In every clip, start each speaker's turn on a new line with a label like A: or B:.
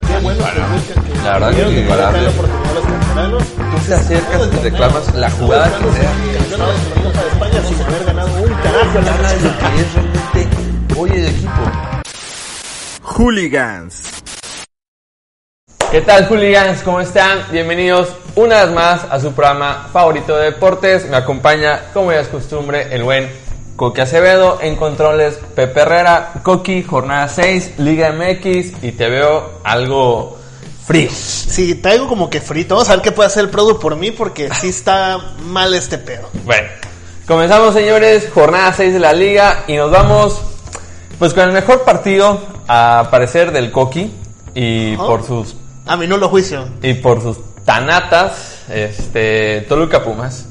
A: Qué bueno que buscan que-
B: la verdad que
A: que
B: imparable.
A: no porque no los cancelaron.
B: Tú te acercas y reclamas la jugada que sea.
A: Yo no les conozco para España sin haber ganado un carajo en la
B: Habla de lo que es realmente hoy el equipo.
C: Hooligans.
D: ¿Qué tal, hooligans? ¿Cómo están? Bienvenidos una vez más a su programa favorito de deportes. Me acompaña, como ya es costumbre, el buen Coque Acevedo. En controles, Pepe Herrera. Coqui, jornada 6, Liga MX. Y te veo algo frío.
A: Sí, traigo como que frito. Vamos a ver qué puede hacer el Produ por mí porque sí está mal este pedo.
D: Bueno, comenzamos, señores. Jornada 6 de la Liga. Y nos vamos, pues, con el mejor partido, a parecer, del Coqui. Y
A: Ajá.
D: por sus...
A: A mí no lo juicio.
D: Y por sus tanatas, este, Toluca Pumas.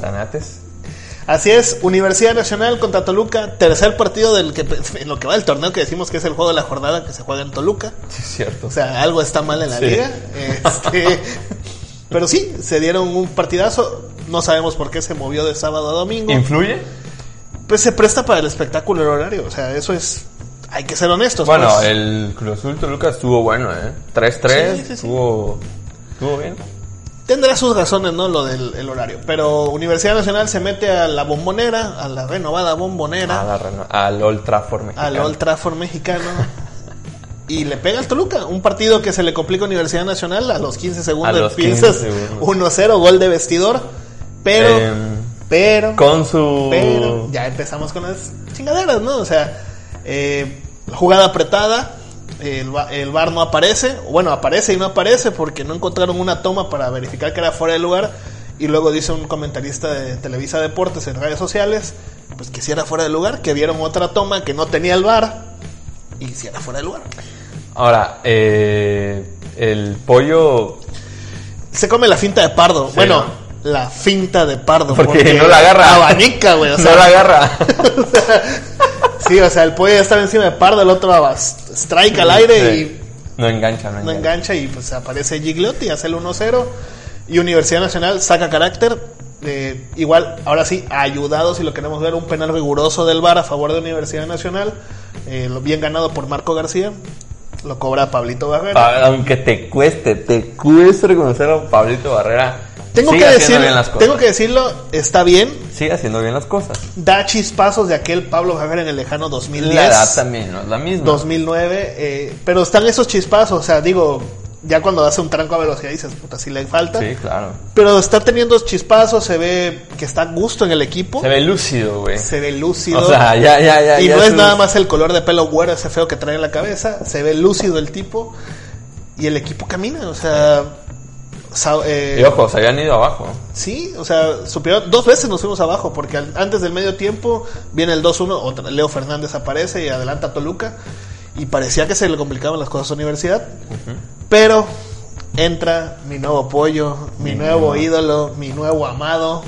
D: Tanates.
A: Así es, Universidad Nacional contra Toluca, tercer partido del que en lo que va del torneo que decimos que es el juego de la jornada que se juega en Toluca.
D: Sí, es cierto.
A: O sea, algo está mal en la
D: Sí.
A: liga. Este, pero sí, se dieron un partidazo. No sabemos por qué se movió de sábado a domingo.
D: ¿Influye?
A: Pues se presta para el espectáculo el horario. O sea, eso es. Hay que ser honestos.
D: bueno,
A: pues.
D: el Cruz Azul Toluca estuvo bueno, ¿eh? 3-3,
A: Sí, sí, sí.
D: estuvo, estuvo bien.
A: Tendrá sus razones, ¿no? Lo del el horario. Pero Universidad Nacional se mete a la bombonera, a la renovada
D: A
A: bombonera,
D: Ah, la reno- al Old Trafford mexicano.
A: al Old Trafford mexicano. Y le pega al Toluca, un partido que se le complica a Universidad Nacional a los 15 segundos
D: A los 15
A: empiezas
D: segundos.
A: 1-0, gol de vestidor, pero,
D: Em,
A: pero,
D: Con su... Oh.
A: Pero ya empezamos con las chingaderas, ¿no? O sea, eh, jugada apretada, el, va- el VAR no aparece, bueno, aparece y no aparece porque no encontraron una toma para verificar que era fuera de lugar. Y luego dice un comentarista de Televisa Deportes en redes sociales, pues que si era fuera de lugar, que vieron otra toma que no tenía el VAR y si era fuera de lugar.
D: Ahora, eh, el pollo...
A: Se come la finta de pardo.
D: Sí,
A: bueno,
D: ¿no?
A: la finta de pardo.
D: Porque no la agarra.
A: Abanica, güey. o sea,
D: no la agarra.
A: Sí, o sea, el pollo ya estaba encima de Pardo, el otro abas- strike al aire
D: Sí. No engancha, no
A: y
D: engancha.
A: no engancha y pues aparece Gigliotti, hace el 1-0 y Universidad Nacional saca carácter. eh, igual, ahora sí, ayudado si lo queremos ver, un penal riguroso del VAR a favor de Universidad Nacional, eh, lo bien ganado por Marco García, lo cobra Pablito Barrera.
D: Pa- Aunque te cueste, te cueste reconocer a Pablito Barrera.
A: tengo,
D: sigue
A: que
D: haciendo
A: decir,
D: bien las cosas.
A: tengo que decirlo, está bien,
D: Sigue haciendo bien las cosas.
A: da chispazos de aquel Pablo Barrera en el lejano 2010.
D: La edad también no es la misma.
A: 2009, eh, pero están esos chispazos, o sea, digo, ya cuando hace un tranco a velocidad dices, puta, si le falta.
D: Sí, claro.
A: Pero está teniendo chispazos, se ve que está a gusto en el equipo,
D: Se
A: se ve,
D: ve lúcido, güey.
A: lúcido.
D: O sea, ya, ya, ya.
A: y
D: ya
A: no es
D: sus-
A: nada más el color de pelo güero ese feo que trae en la cabeza, se ve lúcido el tipo y el equipo camina, o sea... sa- eh,
D: Y ojo, se habían ido abajo.
A: Sí, o sea, supieron, dos veces nos fuimos abajo, porque al- antes del medio tiempo viene el 2-1, otra- Leo Fernández aparece y adelanta a Toluca, y parecía que se le complicaban las cosas a Universidad, pero entra mi nuevo pollo, mi, nuevo ídolo, mi nuevo amado,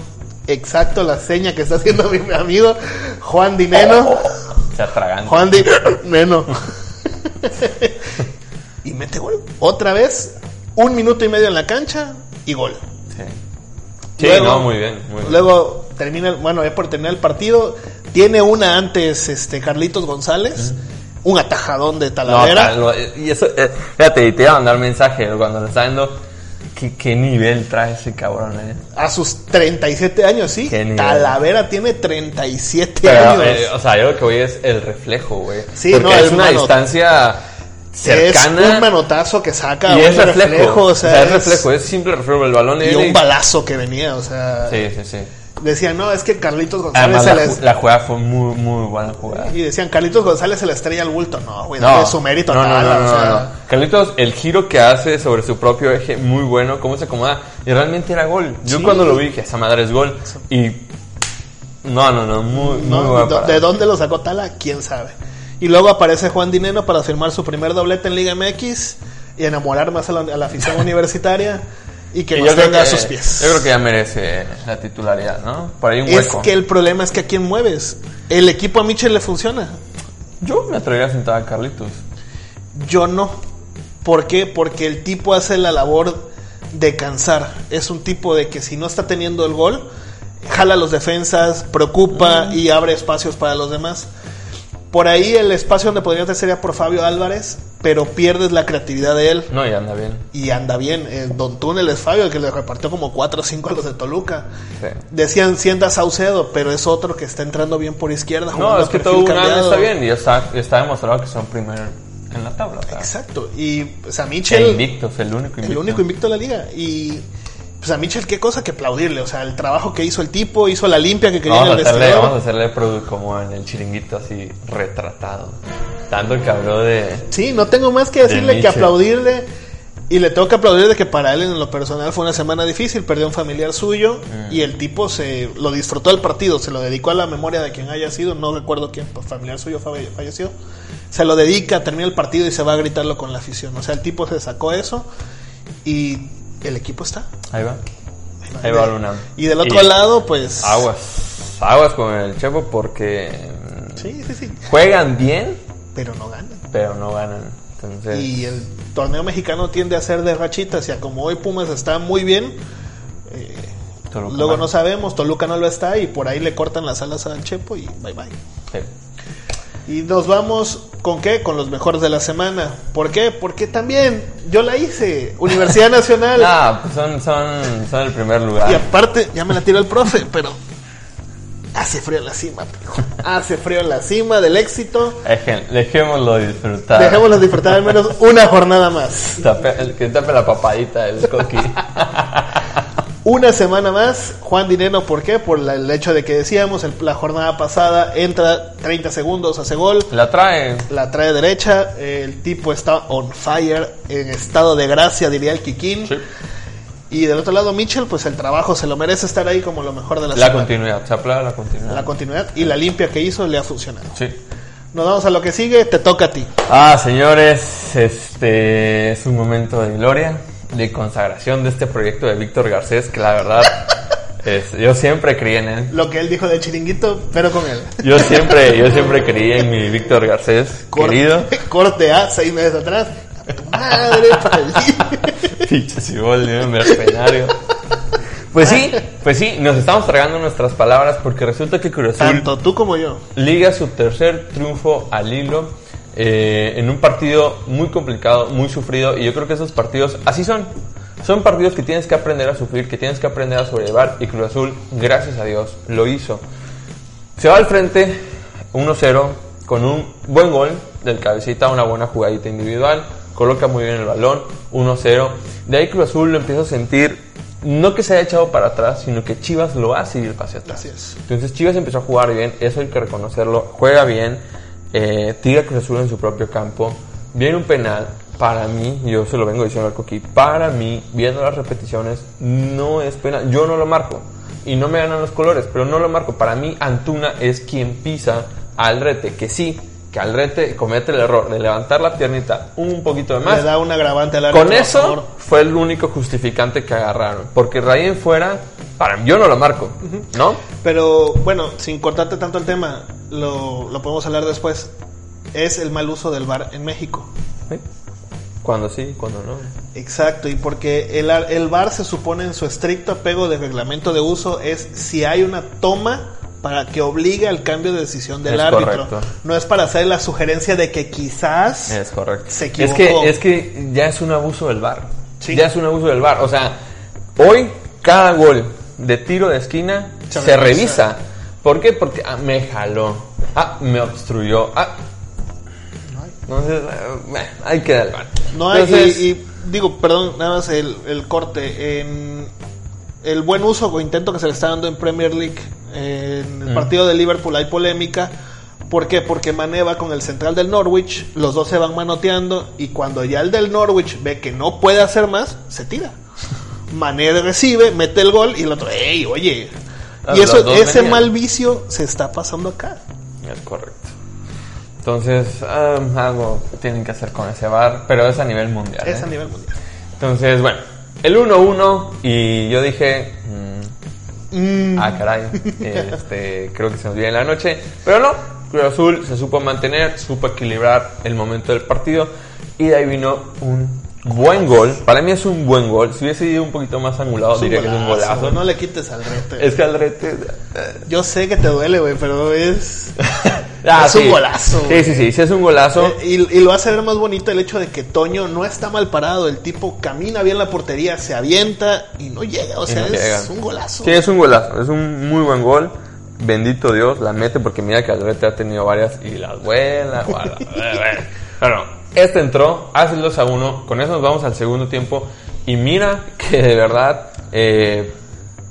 A: exacto la seña que está haciendo mi amigo Juan Dineno,
D: Se atragan.
A: Juan Dineno, y mete gol, otra vez, un minuto y medio en la cancha y gol.
D: Sí, Sí,
A: Luego-
D: no, muy bien. Muy bien.
A: Luego termina, el- bueno, ya por terminar el partido, tiene una antes este Carlitos González, un atajadón de
D: No,
A: Talavera.
D: tal, lo- y eso, eh, fíjate, y te iba a mandar mensaje cuando lo está viendo. ¿Qué, qué nivel trae ese cabrón, eh?
A: a sus 37 años, sí.
D: Qué nivel.
A: Talavera tiene 37
D: Pero,
A: años.
D: eh, o sea, yo lo que voy es el reflejo, güey.
A: Sí,
D: Porque
A: no,
D: es,
A: es
D: una
A: mano-
D: distancia cercana.
A: es un manotazo que saca
D: y
A: un
D: es reflejo.
A: o sea,
D: es reflejo, es simple reflejo. El balón
A: y
D: era
A: un balazo que venía, o sea,
D: Sí, sí, sí.
A: decían, no, es que Carlitos González
D: Además,
A: se
D: la,
A: les-
D: ju- la jugada fue muy, muy buena jugada.
A: y decían, Carlitos González se la estrella al bulto, no, güey, es su mérito a
D: no, no,
A: Tala,
D: no,
A: o
D: no,
A: sea,
D: no. Carlitos, el giro que hace sobre su propio eje, muy bueno, cómo se acomoda. Y realmente era gol. Yo
A: Sí.
D: cuando lo vi, que esa madre es gol. Y. No, no, no, muy,
A: No,
D: muy buena
A: ¿de-
D: parada.
A: ¿De dónde lo sacó Tala? ¿Quién sabe? Y luego aparece Juan Dineno para firmar su primer doblete en Liga MX y enamorar más a la, a la afición universitaria y que
D: Y
A: los
D: creo
A: tenga a
D: que-
A: sus pies.
D: Yo creo que ya merece la titularidad, ¿no? Por ahí un
A: es
D: hueco.
A: que el problema es que a quién mueves. El equipo a Michel le funciona.
D: Yo me atrevería a sentar a Carlitos.
A: Yo no. ¿Por qué? Porque el tipo hace la labor de cansar. Es un tipo de que si no está teniendo el gol, jala los defensas, preocupa y abre espacios para los demás. Por ahí el espacio donde podría estar sería por Fabio Álvarez, pero pierdes la creatividad de él.
D: No, y anda bien.
A: Y anda bien. Eh, Don Túnel es Fabio, el que le repartió como 4 o 5 a los de Toluca.
D: Sí.
A: Decían Sienda Saucedo, pero es otro que está entrando bien por izquierda.
D: No,
A: jugando
D: es
A: a
D: que
A: perfil
D: todo un
A: cambiado.
D: está bien y ya está, ya está demostrado que son primero en la tabla. o sea,
A: Exacto. Y pues, a
D: El
A: Michel.
D: invicto, es el único invicto.
A: El único invicto de la liga. Y pues a Mitchell, qué cosa que aplaudirle. O sea, el trabajo que hizo el tipo, hizo la limpia que quería en
D: Vamos a,
A: el
D: hacerle,
A: vestidor.
D: vamos a hacerle produ- como en el chiringuito así retratado. Tanto que habló de...
A: Sí, no tengo más que decirle que
D: Mitchell.
A: aplaudirle. Y le tengo que aplaudir de que para él en lo personal fue una semana difícil, perdió un familiar suyo
D: Mm.
A: y el tipo se lo disfrutó del partido, se lo dedicó a la memoria de quien haya sido, no recuerdo quién pues, familiar suyo falle- falleció, se lo dedica, termina el partido y se va a gritarlo con la afición. O sea, el tipo se sacó eso y el equipo está.
D: Ahí va. Ahí va la UNAM.
A: Y del otro
D: Y-
A: lado, pues...
D: Aguas. Aguas con el Chepo porque mm,
A: Sí, sí, sí.
D: juegan bien,
A: Pero no ganan.
D: pero no ganan. Entonces,
A: Y el torneo mexicano tiende a ser de rachitas. Y a como hoy Pumas está muy bien, eh,
D: Toluca
A: luego
D: mal.
A: no sabemos, Toluca no lo está. Y por ahí le cortan las alas al Chepo y bye bye.
D: Sí.
A: Y nos vamos con qué? Con los mejores de la semana. ¿Por qué? Porque también yo la hice. Universidad Nacional.
D: Nah, pues son, son, son el primer lugar.
A: Y aparte, ya me la tiró el profe, pero hace frío en la cima, pijo. Hace frío en la cima del éxito.
D: Dejen- dejémoslo disfrutar.
A: Dejémoslo disfrutar al menos una jornada más.
D: Tape- el que tape la papadita del coqui.
A: Una semana más, Juan Dineno, ¿por qué? Por la- el hecho de que decíamos, el- la jornada pasada entra 30 segundos, hace gol,
D: la trae.
A: la trae derecha, el tipo está on fire, en estado de gracia, diría el Kikín.
D: Sí.
A: Y del otro lado, Mitchell, pues el trabajo se lo merece estar ahí como lo mejor de la,
D: La
A: semana.
D: continuidad. Se aplaude la continuidad.
A: La continuidad y la limpia que hizo le ha funcionado.
D: sí.
A: Nos vamos a lo que sigue, te toca a ti.
D: Ah, señores, este es un momento de gloria, de consagración de este proyecto de Víctor Garcés, que la verdad, es- yo siempre creí en él.
A: Lo que él dijo de chiringuito, pero con él.
D: Yo siempre, yo siempre creí en mi Víctor Garcés,
A: Corte-
D: querido.
A: Corte A, seis meses atrás. ¡A tu madre, palí!
D: Pinche cibol, ¿no? mercenario. Pues sí, pues sí, nos estamos tragando nuestras palabras porque resulta que Cruz Azul
A: Tanto tú como yo.
D: liga su tercer triunfo al hilo eh, en un partido muy complicado, muy sufrido y yo creo que esos partidos así son. Son partidos que tienes que aprender a sufrir, que tienes que aprender a sobrellevar y Cruz Azul, gracias a Dios, lo hizo. Se va al frente 1-0 con un buen gol del cabecita, una buena jugadita individual, coloca muy bien el balón, 1-0. De ahí Cruz Azul lo empieza a sentir, no que se haya echado para atrás, sino que Chivas lo va a seguir hacia atrás.
A: Así es.
D: Entonces Chivas empezó a jugar bien, eso hay que reconocerlo, juega bien, eh, tira Cruz Azul en su propio campo, viene un penal, para mí, yo se lo vengo diciendo al Coqui, para mí, viendo las repeticiones, no es penal, yo no lo marco y no me ganan los colores, pero no lo marco, para mí Antuna es quien pisa al rete, que sí, que al rete comete el error de levantar la piernita un poquito de más,
A: Le da un agravante al árbitro.
D: con
A: a
D: eso
A: favor.
D: fue el único justificante que agarraron, porque de ahí en fuera, para mí, yo no lo marco, ¿no?
A: Pero bueno, sin cortarte tanto el tema, lo, lo podemos hablar después. Es el mal uso del bar en México.
D: Sí. Cuando sí, cuando no.
A: Exacto, y porque el, ar- el bar se supone en su estricto apego de reglamento de uso es si hay una toma para que obligue al cambio de decisión del
D: Es
A: árbitro.
D: correcto.
A: No es para hacer la sugerencia de que quizás
D: Es correcto.
A: se
D: es
A: equivocó.
D: que es que ya es un abuso del bar.
A: Sí.
D: Ya es un abuso del bar. O sea, hoy cada gol de tiro de esquina
A: Se
D: se,
A: revisa.
D: revisa. ¿Por qué? Porque ah, me jaló. Ah, me obstruyó. Ah. Entonces, ah, bueno, ahí queda el bar.
A: No hay,
D: Entonces,
A: y, y digo, perdón, nada más el, el corte. En el buen uso o intento que se le está dando en Premier League, en
D: Mm.
A: el partido de Liverpool hay polémica. ¿Por qué? Porque Mané va con el central del Norwich, los dos se van manoteando y cuando ya el del Norwich ve que no puede hacer más, se tira. Mané recibe, mete el gol y el otro, ¡ey, oye!
D: Ah,
A: Y
D: los
A: eso,
D: dos
A: ese
D: venían.
A: mal vicio se está pasando acá.
D: Es correcto. Entonces, ah, algo tienen que hacer con ese bar, pero es a nivel mundial.
A: Es
D: ¿eh?
A: a nivel mundial.
D: Entonces, bueno, el 1-1 y yo dije, mm,
A: Mm,
D: ah, caray, este, creo que se nos viene la noche. Pero no, Cruz Azul se supo mantener, supo equilibrar el momento del partido y de ahí vino un buen gol. Para mí es un buen gol. Si hubiese ido un poquito más angulado,
A: es un
D: diría que es un
A: golazo,
D: golazo.
A: No le quites al rete.
D: Es que Aldrete...
A: Yo sé que te duele, güey, pero es.
D: Ah,
A: Es un golazo,
D: Sí,
A: güey.
D: sí, sí, sí, es un golazo.
A: Eh, Y, y lo hace ver más bonito el hecho de que Toño no está mal parado. El tipo camina bien la portería, se avienta y no llega. O sea,
D: no
A: es
D: llega.
A: un golazo.
D: Sí, es un golazo, es un muy buen gol. Bendito Dios, la mete porque mira que Aldrete ha tenido varias y las vuela. guala, eh, Pero no, este entró, hace el 2 a 1, con eso nos vamos al segundo tiempo y mira que de verdad, eh,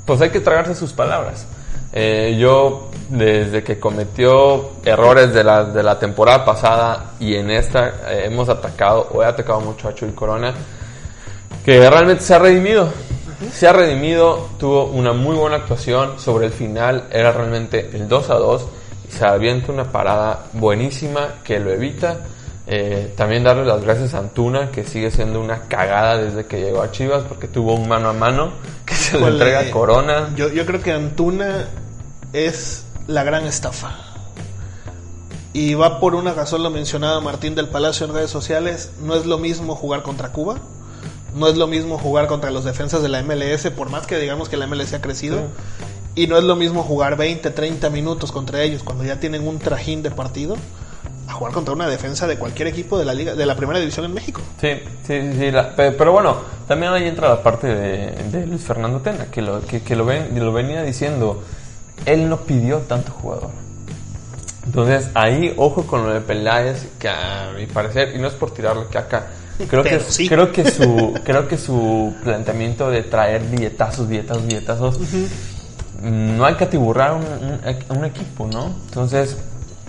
D: pues hay que tragarse sus palabras. Eh, yo, desde que cometió errores de la, de la temporada pasada y en esta, eh, hemos atacado, o he atacado mucho a Chuy Corona que realmente se ha redimido. Se ha redimido, tuvo una muy buena actuación sobre el final, era realmente el 2 a 2 y se avienta una parada buenísima que lo evita. Eh, también darle las gracias a Antuna, que sigue siendo una cagada desde que llegó a Chivas, porque tuvo un mano a mano que se le
A: Híjole.
D: entrega a Corona.
A: Yo, yo creo que Antuna es la gran estafa. Y va por una razón, lo mencionaba Martín del Palacio en redes sociales. No es lo mismo jugar contra Cuba. No es lo mismo jugar contra los defensas de la MLS, por más que digamos que la MLS ha crecido. Y no es lo mismo jugar 20, 30 minutos contra ellos cuando ya tienen un trajín de partido a jugar contra una defensa de cualquier equipo de la liga de la primera división en México.
D: Sí, sí, sí, sí, la- pe- pero bueno, también ahí entra la parte de, de Luis Fernando Tena, que lo, que, que lo, ven, lo venía diciendo, él no pidió tanto jugador. Entonces ahí, ojo con lo de Peláez, que a mi parecer, y no es por tirarle caca, creo que,
A: Pero sí.
D: creo que su creo que su planteamiento de traer billetazos, billetazos, billetazos, mm, no hay que atiburrar un, un- un equipo, ¿no? Entonces,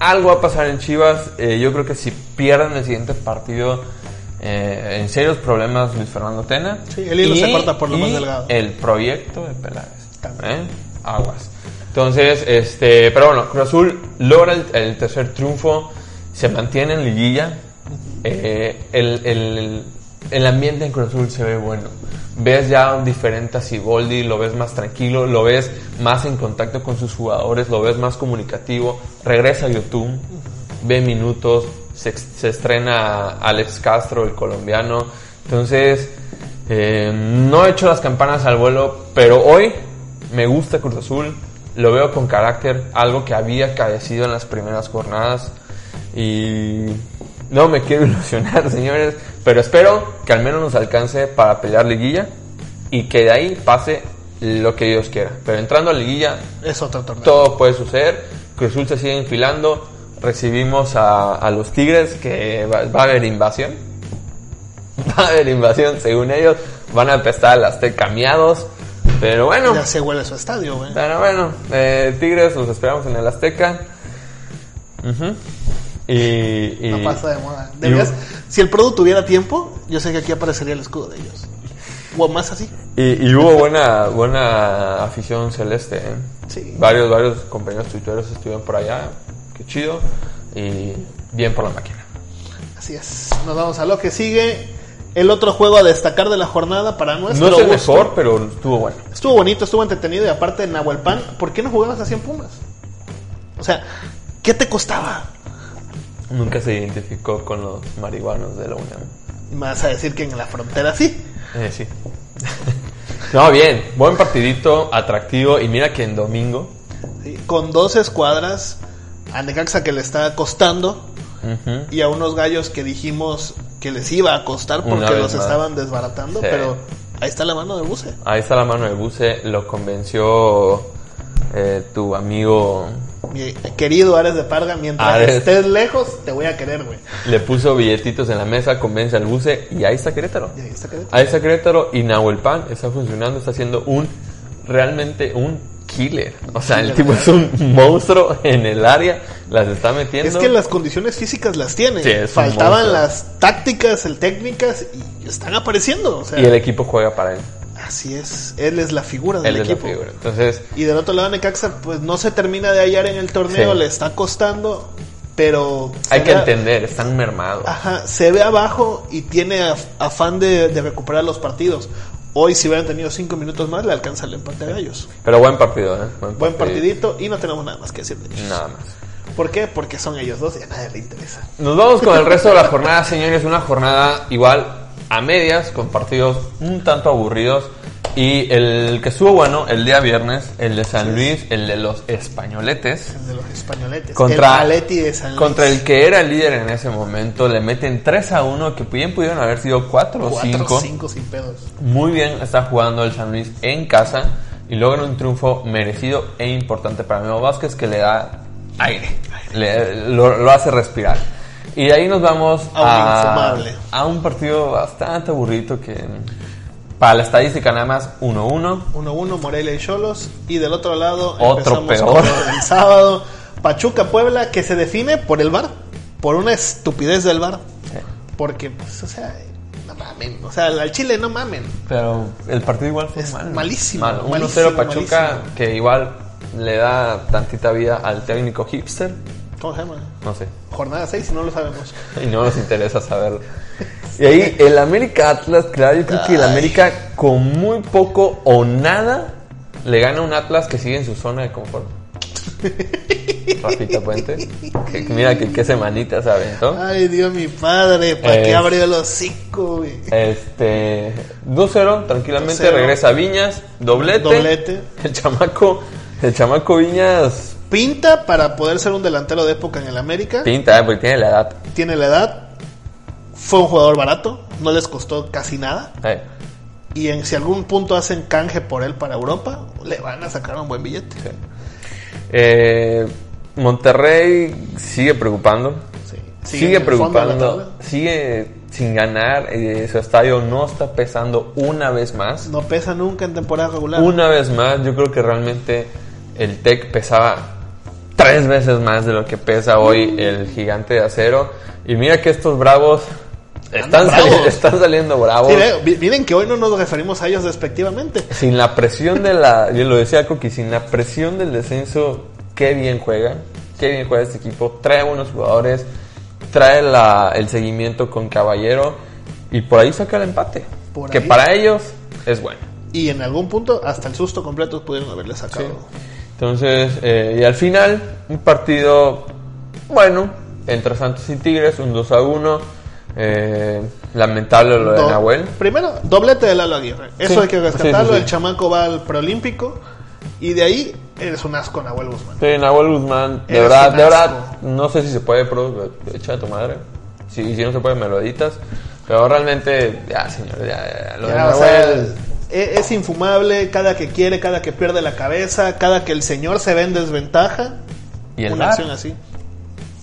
D: algo va a pasar en Chivas. Eh, yo creo que si pierden el siguiente partido, eh, en serios problemas Luis Fernando Tena.
A: Sí, el hilo se corta por lo más delgado.
D: El proyecto de Peláez.
A: También.
D: ¿eh? Aguas. Entonces, este, pero bueno, Cruz Azul logra el, el tercer triunfo, se mantiene en liguilla. eh, el, el- el ambiente en Cruz Azul se ve bueno. Ves ya diferente a Siboldi, lo ves más tranquilo, lo ves más en contacto con sus jugadores, lo ves más comunicativo. Regresa a YouTube, ve minutos, se, ex- se estrena Alex Castro, el colombiano. Entonces, eh, no he hecho las campanas al vuelo, pero hoy me gusta Cruz Azul, lo veo con carácter, algo que había caecido en las primeras jornadas. Y no me quiero ilusionar, señores, pero espero que al menos nos alcance para pelear liguilla y que de ahí pase lo que Dios quiera. Pero entrando a liguilla,
A: Es otro torneo.
D: todo puede suceder. Cruz Azul se sigue enfilando. Recibimos a, a los Tigres, que va, va a haber invasión. Va a haber invasión, según ellos. Van a empezar las tecamiados. Pero bueno.
A: Ya se huele su estadio, güey.
D: Bueno, bueno, eh, Tigres los esperamos en el Azteca. Ujú. y, y-
A: No pasa de moda. Deberías- si el Produ tuviera tiempo, yo sé que aquí aparecería el escudo de ellos. O más así.
D: y- y hubo buena buena afición celeste. ¿eh?
A: Sí.
D: Varios, varios compañeros tuiteros estuvieron por allá. Qué chido. Y bien por la máquina.
A: Así es. Nos vamos a lo que sigue. El otro juego a destacar de la jornada para nuestro
D: No es el
A: gusto.
D: mejor, pero estuvo bueno.
A: Estuvo bonito, estuvo entretenido y aparte Nahuel Pan, ¿por qué no jugabas así en Pumas? O sea, ¿qué te costaba?
D: Nunca se identificó con los marihuanos de la UNAM.
A: Y me vas a decir que en la frontera sí.
D: Eh, sí. no, bien. Buen partidito, atractivo. Y mira que en domingo.
A: Sí, Con dos escuadras, a Necaxa que le está costando
D: ujú,
A: y a unos gallos que dijimos que les iba a costar
D: Una
A: porque
D: vez
A: los
D: más.
A: estaban desbaratando,
D: Sí.
A: pero ahí está la mano de Buse.
D: Ahí está la mano de Buse, lo convenció eh, tu amigo,
A: Mi querido Ares de Parga, mientras
D: Ares.
A: estés lejos, te voy a querer, güey.
D: le puso billetitos en la mesa, convence al Buse y ahí está Querétaro.
A: Y ahí está Querétaro.
D: Ahí está Querétaro y Nahuel Pan está funcionando, está haciendo un, realmente un killer. O sea, el tipo es un monstruo en el área, las está metiendo.
A: Es que las condiciones físicas las tiene.
D: Sí, es un
A: Faltaban
D: monstruo.
A: las tácticas, el técnicas y están apareciendo. O sea,
D: Y el e- equipo juega para él.
A: así es. Él es la figura del
D: Él es la
A: equipo.
D: figura. Entonces,
A: Y del otro lado, Necaxa, pues no se termina de hallar en el torneo,
D: Sí.
A: le está costando. pero...
D: Hay
A: se Ah.
D: que
A: ve-
D: entender, están mermados.
A: Ajá, se ve abajo y tiene af- afán de, de recuperar los partidos. Hoy, si hubieran tenido cinco minutos más, le alcanza el empate a Gallos.
D: Pero buen partido, ¿eh?
A: Buen
D: partidito.
A: partidito y no tenemos nada más que decir de ellos.
D: Nada más.
A: ¿Por qué? Porque son ellos dos y a nadie le interesa.
D: Nos vamos con el resto de la jornada, señores. Una jornada igual a medias, con partidos un tanto aburridos. Y el que estuvo bueno el día viernes, el de San Luis, el de los españoletes.
A: El de los españoletes.
D: Contra
A: el Atleti de San Luis.
D: Contra el que era el líder en ese momento, le meten 3 a 1, que bien pudieron haber sido 4 o
A: 4
D: 5.
A: 5 sin pedos.
D: Muy bien está jugando el San Luis en casa y logra un triunfo merecido e importante para Memo Vázquez que le da aire, le- lo, lo hace respirar. Y de ahí nos vamos
A: A un
D: a,
A: infumable.
D: a un partido bastante aburrido que para la estadística nada más 1-1.
A: 1-1 Morelia y Cholos y del otro lado
D: Otro
A: empezamos
D: peor.
A: con el sábado Pachuca Puebla que se define por el bar, por una estupidez del bar, porque pues o sea, no mamen, o sea, al Chile no mamen.
D: Pero el partido igual fue
A: Es
D: malo.
A: malísimo,
D: Malo. 1-0
A: malísimo,
D: Pachuca
A: malísimo.
D: que igual le da tantita vida al técnico hipster.
A: ¿Cómo se llama?
D: No sé.
A: Jornada 6, no lo sabemos.
D: Y no nos interesa saberlo. Y ahí el América Atlas, claro, yo creo que el
A: Ay.
D: América con muy poco o nada le gana a un Atlas que sigue en su zona de confort. Rafita Puente. que mira que qué semanita se aventó.
A: Ay, Dios mi padre, ¿para
D: Es-
A: qué abrió los cinco? güey?
D: Este 2-0, tranquilamente
A: 2-0.
D: regresa Viñas, doblete.
A: Doblete.
D: El chamaco, el chamaco Viñas
A: Pinta para poder ser un delantero de época en el América.
D: pinta, eh, porque tiene la edad.
A: Tiene la edad. Fue un jugador barato, no les costó casi nada.
D: Eh,
A: Y en, si algún punto hacen canje por él para Europa, le van a sacar un buen billete.
D: sí. Eh, Monterrey sigue preocupando.
A: Sí.
D: Sigue,
A: en el fondo de la
D: preocupando,
A: tabla.
D: sigue sin ganar, eh, su estadio no está pesando una vez más.
A: No pesa nunca en temporada regular.
D: Una vez más, yo creo que realmente el TEC pesaba tres veces más de lo que pesa
A: Uh.
D: hoy el gigante de acero. Y mira que estos bravos están,
A: Andan
D: sali-
A: bravos.
D: están saliendo bravos.
A: Sí, ve, vi- miren que hoy no nos referimos a ellos despectivamente.
D: sin la presión de la, yo lo decía Coqui, sin la presión del descenso, qué bien juegan, qué bien juega este equipo, trae buenos jugadores, trae la- el seguimiento con Caballero y por ahí saca el empate,
A: Por
D: que
A: ahí.
D: para ellos es bueno.
A: Y en algún punto, hasta el susto completo pudieron haberle sacado.
D: Entonces, eh, y al final, un partido bueno entre Santos y Tigres, un 2 a 1, eh, lamentable lo de
A: Do-
D: Nahuel.
A: Primero, doblete de Lalo Aguirre. Eso
D: Sí.
A: hay que rescatarlo.
D: Sí, sí, sí.
A: El chamaco va al Prolímpico. Y de ahí eres un asco, Nahuel Guzmán.
D: Sí, Nahuel Guzmán, de
A: Eres
D: verdad,
A: un
D: de verdad,
A: asco.
D: no sé si se puede, pero echa a tu madre. Si, si no se puede, me lo editas. Pero realmente, ya, señor, ya, ya, ya, lo de
A: Ya, o sea,
D: Nahuel.
A: e- es infumable. Cada que quiere, cada que pierde la cabeza, cada que el señor se ve en desventaja.
D: y el
A: una
D: bar.
A: acción así.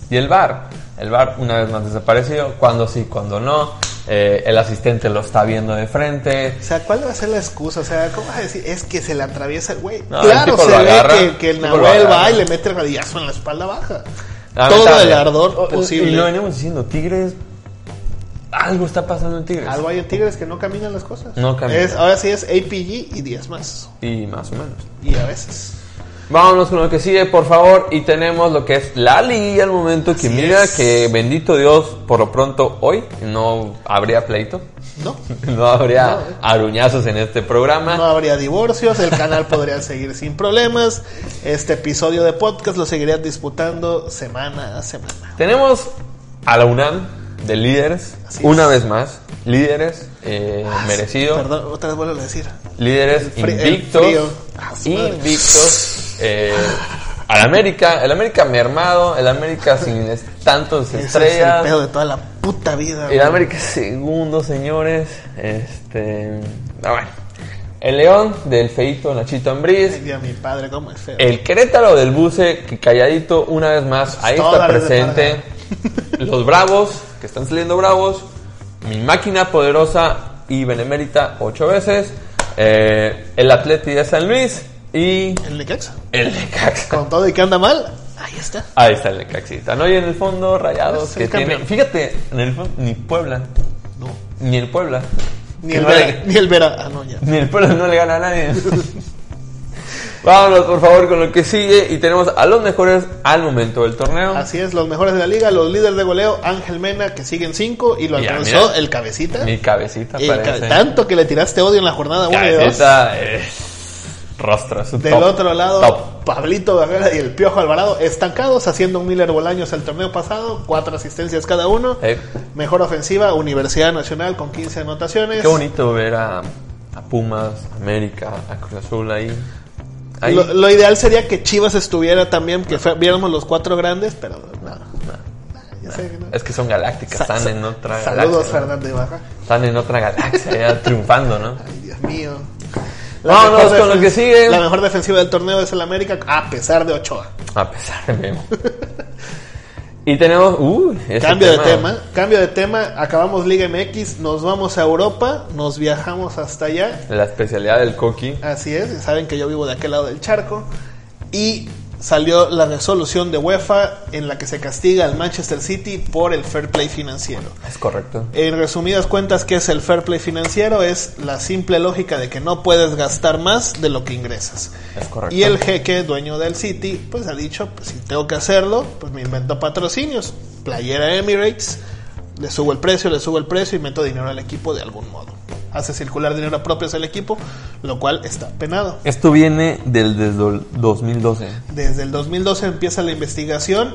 D: Y el bar. El bar, una vez más desaparecido. Cuando sí, cuando no. Eh, el asistente lo está viendo de frente.
A: O sea, ¿cuál va a ser la excusa? O sea, ¿cómo vas a decir? Es que se le atraviesa el güey.
D: No, el
A: claro,
D: tipo
A: se
D: lo
A: ve
D: agarra,
A: que, que el
D: el tipo lo
A: Nahuel
D: agarra.
A: va y le mete el radillazo en la espalda baja. Todo
D: Lamentable.
A: el ardor
D: Oh,
A: posible.
D: Y lo venimos diciendo, Tigres. Algo está pasando en Tigres.
A: Algo hay en Tigres que no caminan las cosas.
D: No caminan.
A: Es- ahora sí es APG y 10 más.
D: Y más o menos.
A: Y a veces.
D: Vámonos con lo que sigue, por favor. Y tenemos lo que es la liguilla al momento. Que
A: Así
D: mira
A: es.
D: que, bendito Dios, por lo pronto hoy no habría pleito.
A: No.
D: No habría aruñazos en este programa.
A: No habría divorcios, el canal podría seguir sin problemas. Este episodio de podcast lo seguirías disputando semana a semana.
D: Tenemos a la UNAM de líderes.
A: Así es. Ah,
D: una vez más. Líderes eh, merecido.
A: Perdón, otra vez vuelvo a decir.
D: líderes
A: El fri- el
D: invictos.
A: frío. Ah, su madre.
D: Invictos. eh, al América, el América mermado, el América sin es- tantos
A: Ese
D: estrellas.
A: es el pedo de toda la puta vida.
D: El
A: güey.
D: América es segundo, señores. Este. ah, bueno. El León del feito Nachito Ambriz.
A: Ay, Dios, mi padre, cómo es feo.
D: El Querétaro del Buce, que calladito una vez más, ahí está
A: Todas las de
D: presente. Los Bravos, que están saliendo bravos. Mi máquina poderosa y benemérita ocho veces. Eh, el Atleti de San Luis y
A: El Necaxa.
D: el Necaxa.
A: Con todo y que anda mal, ahí está.
D: Ahí está el Necaxita, ¿no? Y en el fondo, Rayados,
A: Es
D: que
A: el
D: tiene...
A: campeón.
D: Fíjate, en el fondo, ni Puebla,
A: No.
D: ni el Puebla.
A: Ni
D: que
A: el
D: no le-
A: Vera. Ni el Vera. Ah, no, ya.
D: Ni el pueblo no le gana a nadie. Vámonos, por favor, con lo que sigue. Y tenemos a los mejores al momento del torneo.
A: Así es, los mejores de la liga, los líderes de goleo, Ángel Mena, que siguen cinco y lo
D: Ya,
A: alcanzó
D: mira.
A: el cabecita.
D: Mi cabecita
A: El ca-
D: parece.
A: tanto que le tiraste odio en la jornada 1 y 2.
D: Cabecita eh, rostro. es un
A: Del
D: top,
A: otro lado,
D: top.
A: Pablito Barrera y el Piojo Alvarado estancados haciendo un Miller Bolaños el torneo pasado, cuatro asistencias cada uno.
D: Eh,
A: Mejor ofensiva, Universidad Nacional con 15 anotaciones.
D: qué bonito ver a, a Pumas, América, a Cruz Azul ahí. Ahí.
A: Lo, lo ideal sería que Chivas estuviera también, que fue- viéramos los cuatro grandes, pero no. Ya sé que no.
D: Es que son galácticas,
A: Sa-
D: están
A: sa-
D: en otra
A: Saludos,
D: galaxia. ¿no?
A: Fernando Ibarra.
D: Están en otra galaxia, ya triunfando, ¿no?
A: Ay, Dios mío.
D: Vámonos
A: mejor
D: con lo
A: defen-
D: que sigue.
A: La mejor defensiva del torneo es el América, a pesar de Ochoa.
D: A pesar de memo. Y tenemos. Uh, ese
A: Cambio de tema. Cambio de tema. Acabamos Liga MX, nos vamos a Europa, nos viajamos hasta allá.
D: La especialidad del Coqui.
A: Así es, saben que yo vivo de aquel lado del charco. Y salió la resolución de UEFA en la que se castiga al Manchester City por el fair play financiero.
D: Es correcto.
A: En resumidas cuentas, ¿qué es el fair play financiero? Es la simple lógica de que no puedes gastar más de lo que ingresas.
D: Es correcto.
A: Y el jeque, dueño del City, pues ha dicho, pues si tengo que hacerlo, pues me invento patrocinios. Playera Emirates, le subo el precio, le subo el precio y meto dinero al equipo de algún modo. Hace circular dinero propio hacia el equipo, lo cual está penado.
D: Esto viene del desde el 2012.
A: Desde el 2012 empieza la investigación.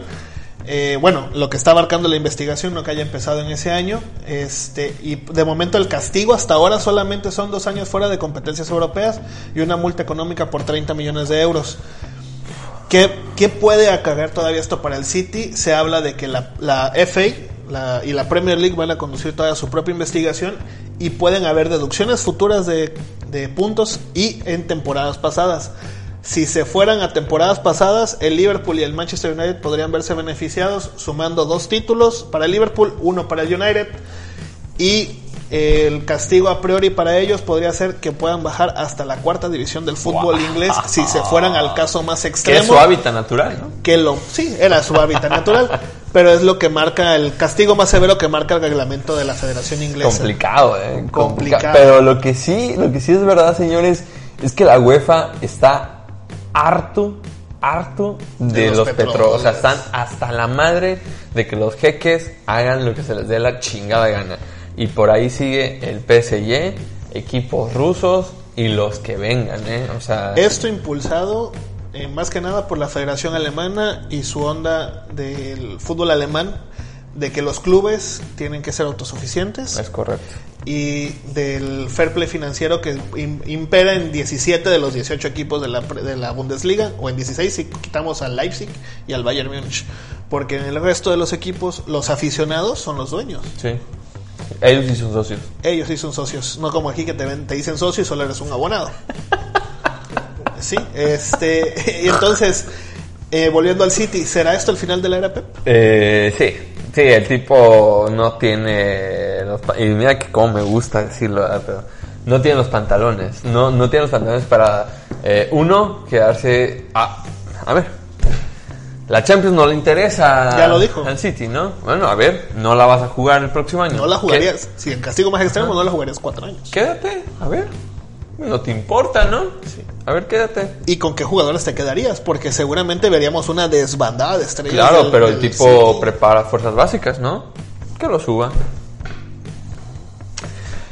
A: Eh, bueno, lo que está abarcando la investigación, no que haya empezado en ese año. Este, y de momento el castigo hasta ahora solamente son dos años fuera de competencias europeas y una multa económica por 30 millones de euros. ¿Qué, qué puede acarrear todavía esto para el City? Se habla de que la, la FA la- y la Premier League van a conducir toda su propia investigación y pueden haber deducciones futuras de, de puntos y en temporadas pasadas. Si se fueran a temporadas pasadas, el Liverpool y el Manchester United podrían verse beneficiados sumando dos títulos para el Liverpool, uno para el United y el castigo a priori para ellos podría ser que puedan bajar hasta la cuarta división del fútbol inglés si se fueran al caso más
D: Que
A: extremo
D: es su hábitat natural, ¿no?
A: que lo sí era su hábitat natural pero es lo que marca el castigo más severo que marca el reglamento de la Federación Inglesa
D: Complicado, eh. Complica-
A: Complicado.
D: Pero lo que sí, lo que sí es verdad, señores, es que la UEFA está harto, harto de,
A: De los
D: los, petróleos.
A: petróleos.
D: O sea, están hasta la madre de que los jeques hagan lo que se les dé la chingada gana. Y por ahí sigue el PSG, equipos rusos y los que vengan, eh. O sea,
A: esto impulsado eh, más que nada por la Federación Alemana y su onda del fútbol alemán de que los clubes tienen que ser autosuficientes
D: es correcto.
A: y del fair play financiero que im- impera en 17 de los 18 equipos de la, pre- de la Bundesliga, o en 16 si quitamos al Leipzig y al Bayern Múnich, porque en el resto de los equipos los aficionados son los dueños.
D: Sí. Ellos y sus socios.
A: Ellos sí son socios, no como aquí que te, ven- te dicen socio y solo eres un abonado. Sí, este, y entonces, eh, volviendo al City, ¿será esto el final de la era Pep?
D: Eh, sí, sí, el tipo no tiene. Los, pa- y mira que como me gusta decirlo, ¿verdad? pero no tiene los pantalones. No, no tiene los pantalones para, eh, uno, quedarse. A, a ver, la Champions no le interesa
A: Ya lo dijo.
D: al City, ¿no? Bueno, a ver, no la vas a jugar el próximo año.
A: No la
D: ¿Qué-
A: jugarías, si en castigo más extremo no la jugarías cuatro años.
D: Quédate, a ver. No te importa, ¿no? A ver, quédate.
A: ¿Y con qué jugadores te quedarías? Porque seguramente veríamos una desbandada de estrellas.
D: Claro,
A: del-
D: pero
A: del
D: el tipo
A: City.
D: prepara fuerzas básicas, ¿no? Que lo suba.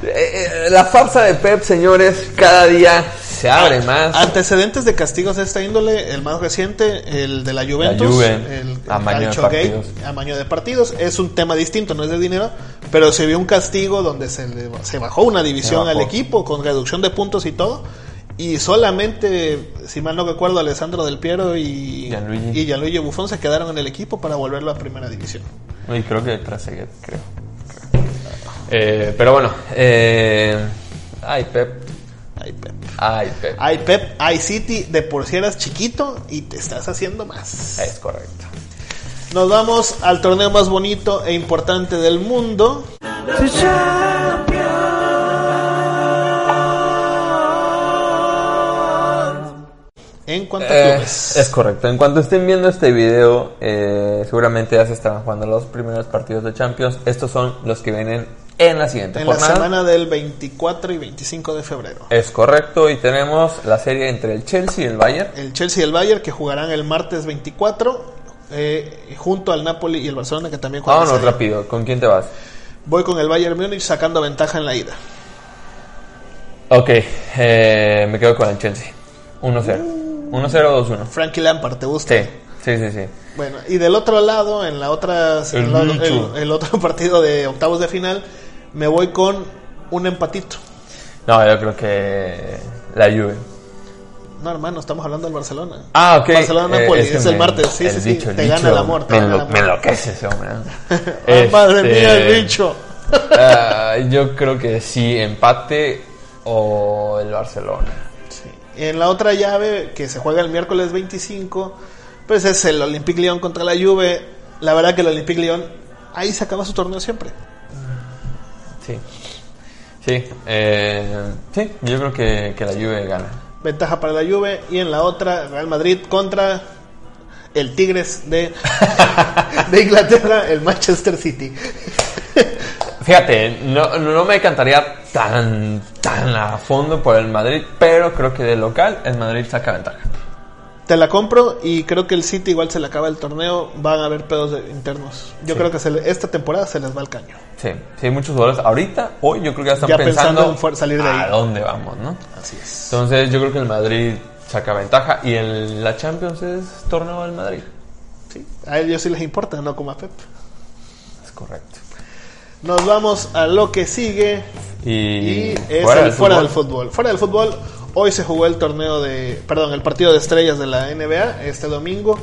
D: Eh, eh, la farsa de Pep, señores, cada día se abre más.
A: Ah, Antecedentes de castigos de esta índole, el más reciente, el de la Juventus,
D: Juve,
A: el
D: amaño de
A: Calciogate,
D: partidos.
A: amaño de partidos, es un tema distinto, no es de dinero, pero se vio un castigo donde se, le- se bajó una división
D: bajó.
A: al equipo con reducción de puntos y todo, y solamente, si mal no recuerdo, Alessandro Del Piero y
D: Gianluigi.
A: y Gianluigi Buffon se quedaron en el equipo para volverlo a primera división.
D: Y creo que Trezeguet, creo. Eh, pero bueno, eh, ay Pep,
A: Ay, Pep.
D: ay Pep,
A: Hay Pep, hay City, de por si eras chiquito y te estás haciendo más.
D: es correcto.
A: Nos vamos al torneo más bonito e importante del mundo. En cuanto a
D: Eh,
A: clubes.
D: es correcto. En cuanto estén viendo este video, eh, seguramente ya se estarán jugando los primeros partidos de Champions. Estos son los que vienen en la siguiente
A: En la
D: jornada.
A: semana del 24 y 25 de febrero.
D: Es correcto, y tenemos la serie entre el Chelsea y el Bayern.
A: El Chelsea y el Bayern que jugarán el martes 24 eh, junto al Napoli y el Barcelona que también juegan.
D: Vámonos
A: ese día.
D: rápido, ¿con quién te vas?
A: Voy con el Bayern Múnich sacando ventaja en la ida.
D: Ok, eh, me quedo con el Chelsea. 1-0. 1-0,
A: Uh.
D: 2-1.
A: Frankie Lampard, ¿te gusta?
D: Sí, sí, sí, sí.
A: Bueno, y del otro lado, en la otra en
D: El
A: la- el,
D: lucho.
A: el otro partido de octavos de final, me voy con un empatito.
D: No, yo creo que la Juve.
A: No, hermano, estamos hablando del Barcelona.
D: Ah, ok.
A: Barcelona Napoli,
D: que
A: es el martes. Sí, sí, sí, te
D: el
A: gana el amor, te
D: Me,
A: gana
D: enlo-
A: el amor.
D: me enloquece ese hombre. ¿no?
A: ¡Ay, Ah, madre
D: Este,
A: mía, el bicho!
D: ah, yo creo que sí, empate o el Barcelona.
A: Sí. En la otra llave, que se juega el miércoles 25, pues es el Olympique Lyon contra la Juve. La verdad que el Olympique Lyon, ahí se acaba su torneo siempre.
D: Sí. Sí, eh, sí, yo creo que, que la Juve gana.
A: Ventaja para la Juve. Y en la otra, Real Madrid contra el Tigres de, de Inglaterra, el Manchester City.
D: Fíjate, no, no me encantaría tan, tan a fondo por el Madrid, pero creo que de local el Madrid saca ventaja.
A: Te la compro y creo que el City igual se le acaba el torneo. Van a haber pedos de- internos. Yo creo que se le- esta temporada se les va el caño.
D: Sí, sí, muchos jugadores ahorita, hoy yo creo que ya están
A: Ya
D: pensando,
A: pensando en fuer- salir de
D: a
A: ahí.
D: dónde vamos, ¿no?
A: Así es.
D: Entonces yo creo que el Madrid saca ventaja y en la Champions es torneo del Madrid.
A: Sí. A ellos sí les importa, no como a Pep.
D: Es correcto.
A: Nos vamos a lo que sigue.
D: Y,
A: Y es
D: fuera,
A: el
D: del
A: fuera
D: fútbol.
A: del fútbol. Fuera del fútbol, hoy se jugó el torneo de. Perdón, el partido de estrellas de la NBA este domingo,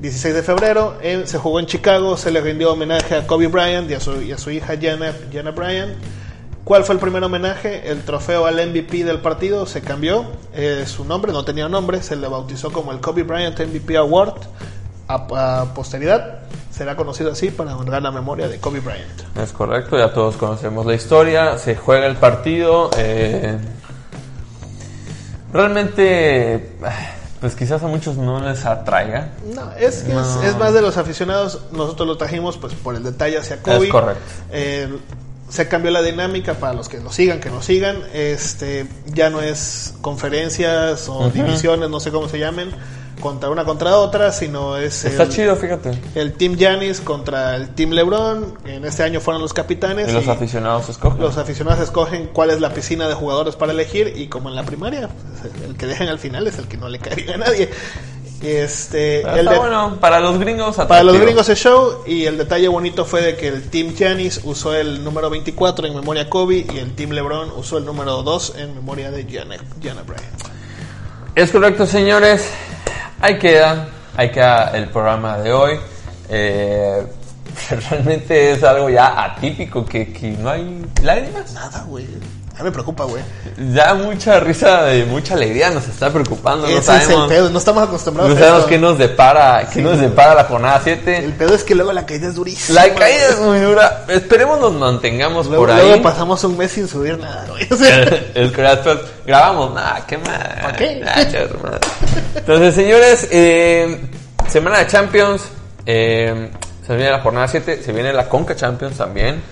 A: 16 de febrero. en- se jugó en Chicago, se le rindió homenaje a Kobe Bryant y a su, y a su hija Jenna, Jenna Bryant. ¿Cuál fue el primer homenaje? El trofeo al MVP del partido se cambió. eh, su nombre no tenía nombre, se le bautizó como el Kobe Bryant MVP Award. A, a posteridad será conocido así para honrar la memoria de Kobe Bryant.
D: Es correcto, ya todos conocemos la historia, se juega el partido. eh, realmente, pues quizás a muchos no les atraiga.
A: No, es que es- Es, más de los aficionados. Nosotros lo trajimos pues por el detalle hacia Kobe.
D: Es correcto.
A: Eh, se cambió la dinámica para los que nos sigan, que nos sigan. Este, ya no es conferencias o divisiones, no sé cómo se llamen, contra una contra otra, sino es
D: Está
A: el,
D: chido, fíjate.
A: el Team Giannis contra el Team LeBron. En este año fueron los capitanes.
D: Y los
A: y
D: aficionados escogen.
A: los aficionados escogen cuál es la piscina de jugadores para elegir y como en la primaria, pues, el que dejan al final es el que no le cae bien a nadie. Este,
D: Pero
A: el
D: Ah, está
A: de-
D: bueno, para los gringos
A: para los
D: atractivo.
A: gringos es show y el detalle bonito fue de que el Team Giannis usó el número 24 en memoria a Kobe y el Team LeBron usó el número 2 en memoria de Gianna, Gianna Bryant.
D: Es correcto, señores. Ahí queda, ahí queda el programa de hoy. Eh, realmente es algo ya atípico, que, que no hay lágrimas.
A: Nada, güey. Ya me preocupa, güey.
D: Ya mucha risa, de mucha alegría nos está preocupando. No
A: Ese es el
D: sabemos,
A: pedo. No estamos acostumbrados
D: no
A: a
D: sabemos
A: esto.
D: qué nos depara, qué nos depara la jornada
A: El
D: 7.
A: pedo es que luego la caída es durísima.
D: La caída es muy dura. Esperemos nos mantengamos
A: Luego,
D: por ahí.
A: luego pasamos un mes sin subir nada, güey. O sea,
D: es que después grabamos, nada, qué mal.
A: ¿Para qué?
D: Nah, chas, madre. Entonces, señores, eh, semana de Champions, eh, se viene la jornada 7, se viene la Conca Champions también,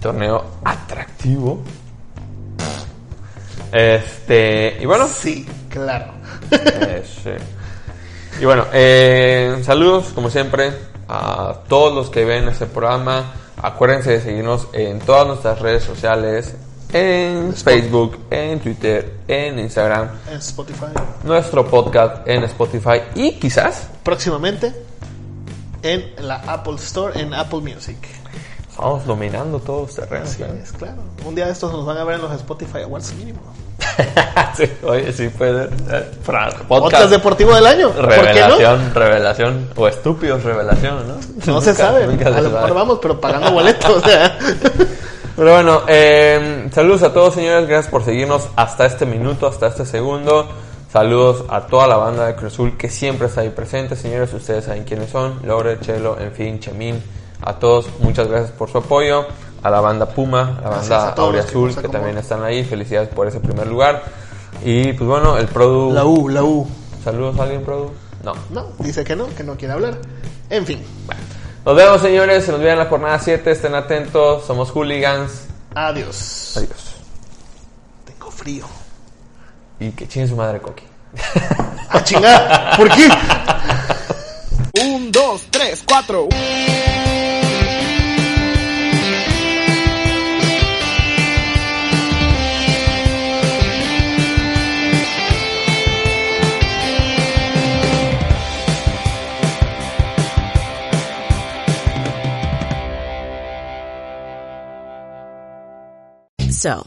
D: torneo atractivo. Este, y bueno,
A: sí, claro.
D: eh, sí. Y bueno, eh, saludos como siempre a todos los que ven este programa. Acuérdense de seguirnos en todas nuestras redes sociales, en Facebook, en Twitter, en Instagram,
A: En Spotify.
D: nuestro podcast en Spotify y quizás
A: Próximamente en la Apple Store, en Apple Music.
D: estamos dominando todos los terrenos.
A: Así
D: ¿eh?
A: es, claro. Un día de estos nos van a ver en los Spotify Awards mínimo.
D: Sí, oye, sí puede ser. eh, fra-
A: Podcast deportivo del año. ¿Por qué no?
D: Revelación, revelación, o estúpidos revelación, ¿no?
A: No se
D: Nunca-
A: sabe.
D: nunca
A: A
D: se
A: lo mejor
D: sabe.
A: vamos, pero pagando boletos. o sea.
D: Pero bueno, eh, saludos a todos señores, gracias por seguirnos hasta este minuto, hasta este segundo. Saludos a toda la banda de Cruzul que siempre está ahí presente, señores, ustedes saben quiénes son, Lore, Chelo, en fin, Chemín, a todos, muchas gracias por su apoyo, a la banda Puma, a la
A: Gracias
D: banda
A: a todos
D: Aurea
A: los que nos
D: Azul que,
A: acompañan.
D: también están ahí, felicidades por ese primer lugar. Y pues bueno, el Produ...
A: La U, la U.
D: Saludos a alguien, Produ. No.
A: No, dice que no, que no quiere hablar. En fin.
D: Nos vemos señores, se nos viene la jornada 7, estén atentos, somos hooligans.
A: Adiós.
D: Adiós.
A: Tengo frío.
D: Y que chingue su madre, Coqui.
A: ¡A chingar! ¿Por qué?
C: Un, dos, tres, cuatro.
E: So,